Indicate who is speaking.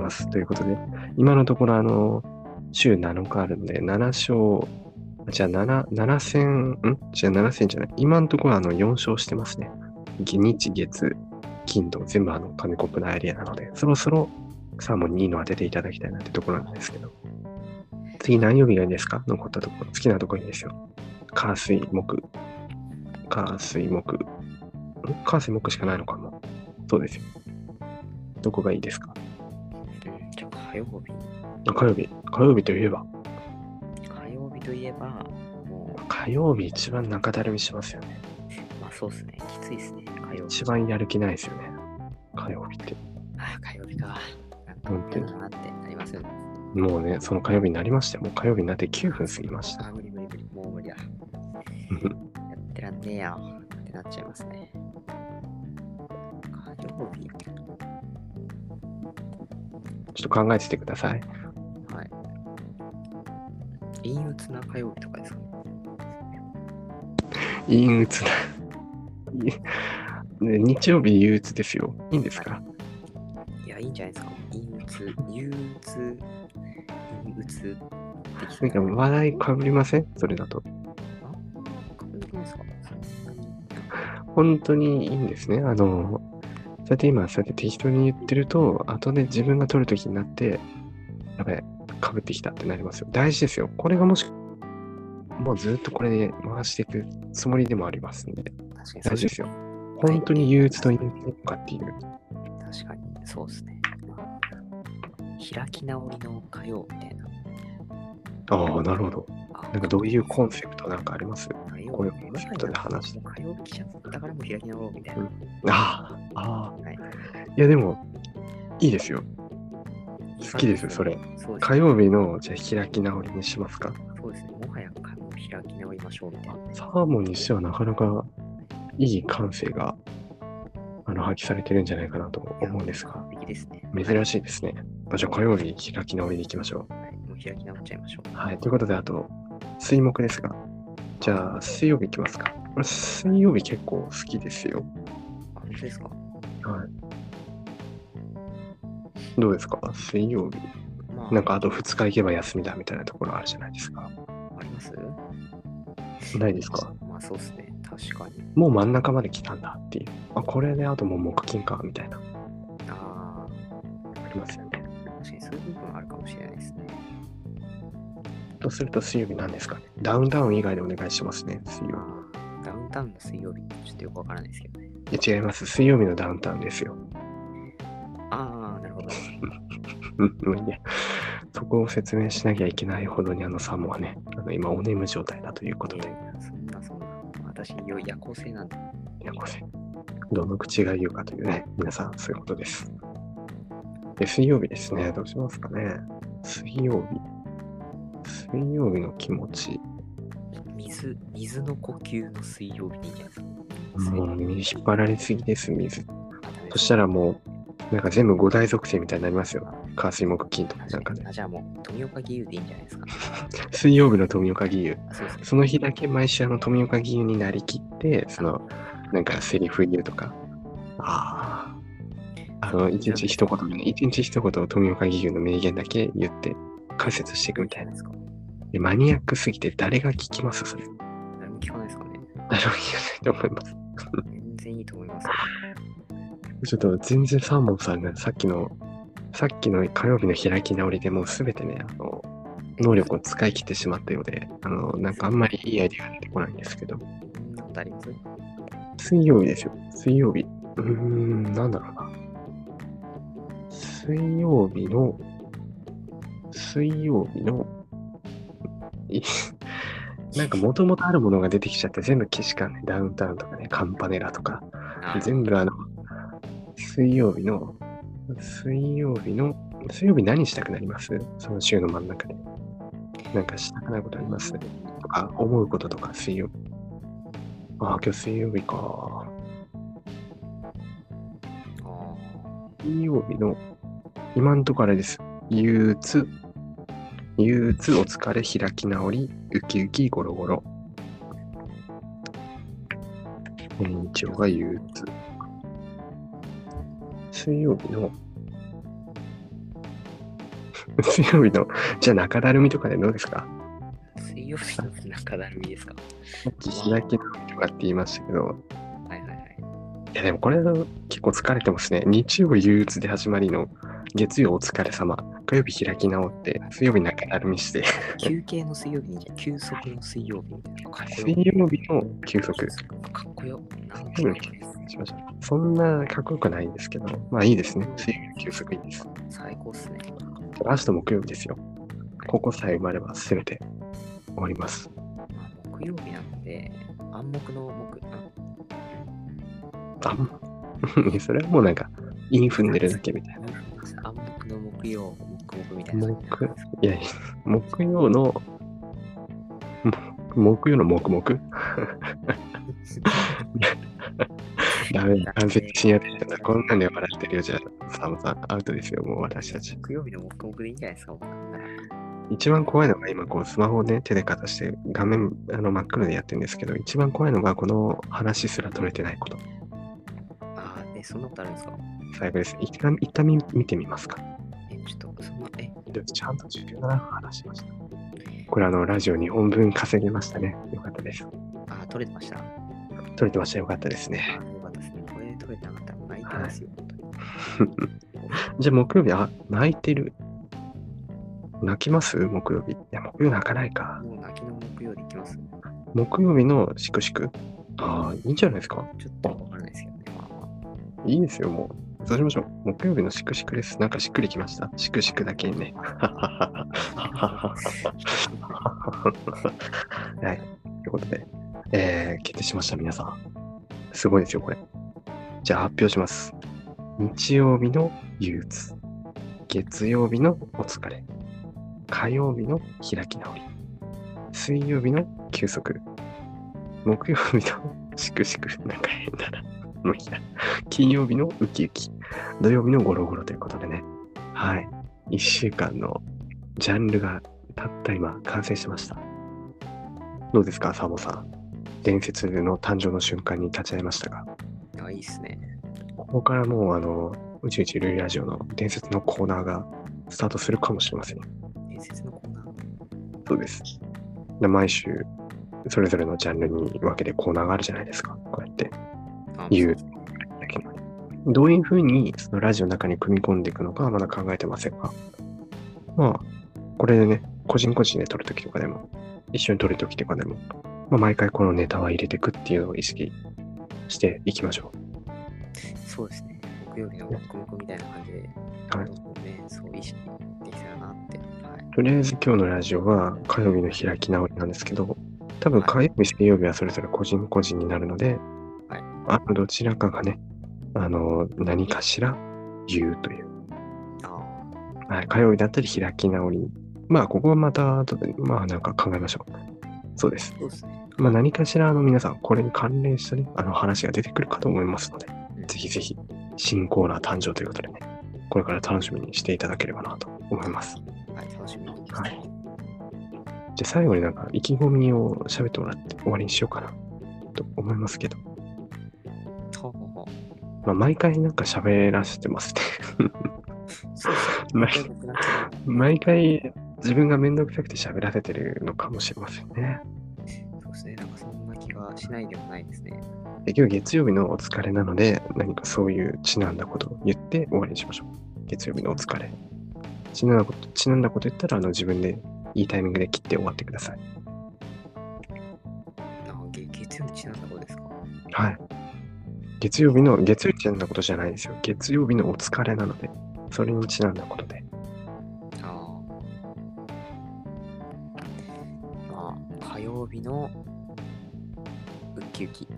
Speaker 1: ますということで、今のところ、あの、週7日あるので、7勝、じゃあ7、7戦、んじゃあ7戦じゃない。今のところ、あの、4勝してますね。日、月、金土、全部あの、紙コップのエリアなので、そろそろサーモンにいいの当てていただきたいなってところなんですけど。次何曜日がいいですか残ったところ。好きなところいいですよ。火、水、木。火、水、木。ん火、水、木しかないのかなそうですよ。どこがいいですか
Speaker 2: うんじゃあ火曜日。
Speaker 1: あ火曜日。火曜日といえば。
Speaker 2: 火曜日といえば、も
Speaker 1: 火曜日一番中だるみしますよね。
Speaker 2: う、まあそうっすね。きついっすね。火曜日。
Speaker 1: 一番やる気ないですよね。火曜日って。
Speaker 2: ああ、火曜日か。なんか
Speaker 1: 本当に
Speaker 2: やだなってなりますよね。
Speaker 1: もうね、その火曜日になりましたよ。もう火曜日になって9分過ぎまし
Speaker 2: あ
Speaker 1: た。
Speaker 2: ー無理無理無理。もう 無理だ。やってらんねえや。ってなっちゃいますね。火曜日。
Speaker 1: ちょっと考えててください。
Speaker 2: はい。陰鬱な火曜日とかですかね。
Speaker 1: 陰鬱な。 いね日曜日憂鬱ですよ。いいんですか
Speaker 2: いや、いいんじゃないですか。陰鬱、憂鬱、陰鬱ってき
Speaker 1: なんか話題かぶりませんそれだと。
Speaker 2: かぶないですか
Speaker 1: 本当にいいんですね。あの、そうやって今、そうやって適当に言ってると、後で自分が取るときになって、やべえ、かぶってきたってなりますよ。大事ですよ。これがもし、もうずっとこれで回していくつもりでもありますんで、
Speaker 2: 確かに
Speaker 1: 大事ですよ。
Speaker 2: はい
Speaker 1: 本当に憂鬱と言うのかっていう。
Speaker 2: 確かに、そうですね。まあ開き直りの火曜みたいな。
Speaker 1: ああ、なるほど。
Speaker 2: あ
Speaker 1: なんかどういうコンセプトなんかあります
Speaker 2: 火曜
Speaker 1: こういうコンセプトで話して
Speaker 2: 火曜日来ちゃったからもう開き直ろうみたいな。
Speaker 1: うんああ、ああ。
Speaker 2: はい
Speaker 1: いや、でも、いいですよ。好きですよそれ。
Speaker 2: そうで
Speaker 1: 火
Speaker 2: すね。
Speaker 1: 曜日の、じゃあ開き直りにしますか。
Speaker 2: そうですね。もはや開き直りましょうみたいな。
Speaker 1: サーモンにしてはなかなかいい感性があの発揮されてるんじゃないかなと思うんですが、
Speaker 2: いいですね。
Speaker 1: 珍しいですね。あじゃあ火曜日開き直りに行きましょ
Speaker 2: はいもう開き直っちゃいましょう。
Speaker 1: う。はい。ということで、あと、水木ですが、じゃあ水曜日行きますか。これ水曜日結構好きですよ。
Speaker 2: あ本当ですか
Speaker 1: はい。どうですか水曜日。
Speaker 2: まあ、
Speaker 1: なんかあと2日行けば休みだみたいなところあるじゃないですか。
Speaker 2: あります
Speaker 1: ないですか
Speaker 2: まあそうですね。確かに。
Speaker 1: もう真ん中まで来たんだっていう。あ、これであともう木金かみたいな。
Speaker 2: あ
Speaker 1: ありますよね。
Speaker 2: あ、確かにそういう部分あるかもしれないですね。
Speaker 1: とすると水曜日何ですかねダウンタウン以外でお願いしますね、水曜
Speaker 2: ダウンタウンの水曜日ってちょっとよくわからないですけどね。
Speaker 1: 日。いや違います。水曜日のダウンタウンですよ。
Speaker 2: ああ、なるほど。
Speaker 1: うん、もういいや。そこを説明しなきゃいけないほどにあのサモはね、あの今お眠状態だということ
Speaker 2: いや
Speaker 1: で、
Speaker 2: いやそんなそんな。私、よ夜行性なんで。
Speaker 1: いやこれ、どの口が言うかというね、皆さんそういうことです。で、水曜日ですね。どうしますかね。水曜日。水曜日の気持ち。
Speaker 2: 水、水の呼吸の水曜日でいいんじゃないですか。水
Speaker 1: もう引っ張られすぎです、水。
Speaker 2: あダメ
Speaker 1: そ
Speaker 2: です
Speaker 1: したらもう、なんか全部五大属性みたいになりますよ。火水木金とかなん
Speaker 2: 確
Speaker 1: か
Speaker 2: か
Speaker 1: ね
Speaker 2: に。あじゃあもう、富岡義勇でいいんじゃないですか。
Speaker 1: 水曜日の富岡義勇。
Speaker 2: あそうですね。
Speaker 1: その日だけ毎週あの富岡義勇になりきって、その、なんかセリフ言うとか。ああ。あの、一日一言ね、一日一言富岡義勇の名言だけ言って解説していくみたいな。
Speaker 2: ですか。
Speaker 1: でマニアックすぎて誰が聞きますそれ。
Speaker 2: 誰も聞かないですかね。
Speaker 1: 誰も聞かないと思います。
Speaker 2: 全然いいと思います。
Speaker 1: ちょっと全然サーモンさんね、さっきの、さっきの火曜日の開き直りでもうすべてね、あの、能力を使い切ってしまったようで、あの、なんかあんまりいいアイディアが出てこないんですけど、
Speaker 2: そんなことあります
Speaker 1: 水曜日ですよ、水曜日。うーん、なんだろうな。水曜日の、水曜日の、い なんかもともとあるものが出てきちゃって、全部消しかね、ダウンタウンとかね、カンパネラとか、
Speaker 2: あ
Speaker 1: 全部あの、水曜日の、水曜日の、水曜日何したくなりますその週の真ん中で。なんかしたくなることありますとか、思うこととか、水曜日。ああ、今日水曜日か。
Speaker 2: あ
Speaker 1: 水曜日の、今んとこあれです。憂鬱、憂鬱、お疲れ、開き直り、ウキウキ、ゴロゴロ。延長が憂鬱。水曜日の、 水曜日の、じゃあ中だるみとかでどうですか
Speaker 2: 水曜日の中だるみですか
Speaker 1: さっき開き直りとかって言いましたけど、
Speaker 2: はいはいはい。
Speaker 1: いやでもこれ結構疲れてますね。日曜憂鬱で始まりの、月曜お疲れ様、火曜日開き直って、水曜日中だるみして、
Speaker 2: 休憩の水曜日に休息の水曜日みたいな。かっこ
Speaker 1: 水
Speaker 2: よ
Speaker 1: 曜日の休息。
Speaker 2: かっこよ。なん
Speaker 1: 水曜日の休息しました。そんなかっこよくないんですけど、まあいいですね。水曜日の休息いいです。
Speaker 2: 最高っすね。
Speaker 1: 明日木曜日ですよ。ここさえ埋まれば全て終わります。
Speaker 2: まあ木曜日なんで、暗黙の木、
Speaker 1: あ
Speaker 2: あ、
Speaker 1: それはもうなんか、イン踏んでるだけみたいな。
Speaker 2: 暗黙の木曜、木木みたい
Speaker 1: 木、
Speaker 2: な。
Speaker 1: いや、いや木曜の、も木曜の黙々 ダメだ、完全に深夜でした。こんなんで笑ってるよじゃあ、サムさん、アウトですよ、もう私たち。
Speaker 2: 木曜日の木木でいいんじゃないですか。僕なら
Speaker 1: 一番怖いのが今、こう、スマホをね、手でかざして、画面、あの、真っ黒でやってるんですけど、一番怖いのが、この話すら取れてないこと。
Speaker 2: あー、え、そんなことあるんですか
Speaker 1: 最後です。一旦、一旦見見てみますか。
Speaker 2: え、ちょっと、そんな、え、
Speaker 1: でちゃんと17分話しました。これ、あの、ラジオ2本分稼げましたね。よかったです。
Speaker 2: あー、取れてました。あ
Speaker 1: 取れてました。よかったですね。
Speaker 2: ー、よかったですね。これ取れてなかったら泣いてますよ、本当に。
Speaker 1: じゃあ木曜日、あ、泣いてる。泣きます木曜日。いや、木曜泣かないか。
Speaker 2: もう泣きの木曜でいきます。
Speaker 1: 木曜日のしくしく。ああ、いいんじゃないですか。
Speaker 2: ちょっとわからないですけどね。まあまあ。
Speaker 1: いいですよ、もう。そうしましょう。木曜日のしくしくです。なんかしっくりきました。しくしくだけにね。 はい。ということで、えー、決定しました、皆さん。すごいですよ、これ。じゃあ発表します。日曜日の憂鬱。月曜日のお疲れ。火曜日の開き直り。水曜日の休息。木曜日のしくしく。なんか変だな。もういいや。金曜日のウキウキ。土曜日のゴロゴロということでね。はい。一週間のジャンルがたった今完成しました。どうですか、サボさん。伝説の誕生の瞬間に立ち会いましたが。
Speaker 2: いやいいっすね。
Speaker 1: ここからもうあの、宇宙一ルイラジオの伝説のコーナーがスタートするかもしれません。
Speaker 2: 伝説のコーナー。
Speaker 1: そうです。で毎週、それぞれのジャンルに分けてコーナーがあるじゃないですか。こうやって。
Speaker 2: あ
Speaker 1: 言う
Speaker 2: そそ
Speaker 1: だけどどういうふうにそのラジオの中に組み込んでいくのかはまだ考えてませんが、まあ、これでね、個人個人で撮るときとかでも、一緒に撮るときとかでも、まあ、毎回このネタは入れていくっていうのを意識していきましょ
Speaker 2: そうですね。木曜日の木木みたいな感じで、
Speaker 1: う。はい
Speaker 2: ど。うもね、そう意識できたらなって。はい。
Speaker 1: とりあえず今日のラジオは火曜日の開き直りなんですけど、多分火曜日、水曜日はそれぞれ個人個人になるので、
Speaker 2: はい
Speaker 1: あのどちらかがね、あの、何かしら言うという。
Speaker 2: あ
Speaker 1: はい、火曜日だったり開き直り。まあ、ここはまた後で、まあ、なんか考えましょう。そうです。
Speaker 2: あ、そうですね。
Speaker 1: まあ、何かしら、あの、皆さん、これに関連したね、あの話が出てくるかと思いますので、ぜひぜひ、新コーナー誕生ということでね、これから楽しみにしていただければなと思います。
Speaker 2: はい、楽しみに。
Speaker 1: はいじゃあ、最後になんか、意気込みを喋ってもらって終わりにしようかな、と思いますけど、
Speaker 2: ほうほうほう
Speaker 1: まあ、毎回なんか喋らせてますね。
Speaker 2: そうですね。
Speaker 1: 毎
Speaker 2: 回僕なんか
Speaker 1: 毎回、自分がめんどくさくて喋らせてるのかもしれませんね。
Speaker 2: そうですね。なんかそんな気がしないでもないですね。
Speaker 1: で今日月曜日のお疲れなので、何かそういうちなんだことを言って終わりにしましょう。月曜日のお疲れ。ちなんだこと、ちなんだこと言ったら、あの、自分でいいタイミングで切って終わってください。
Speaker 2: なんか月月曜日なんだこうですか
Speaker 1: はい。月曜日の、月曜日ちなんだことじゃないですよ。月曜日のお疲れなので、それにちなんだことで。
Speaker 2: ああ。まあ、火曜日のウッキウキ。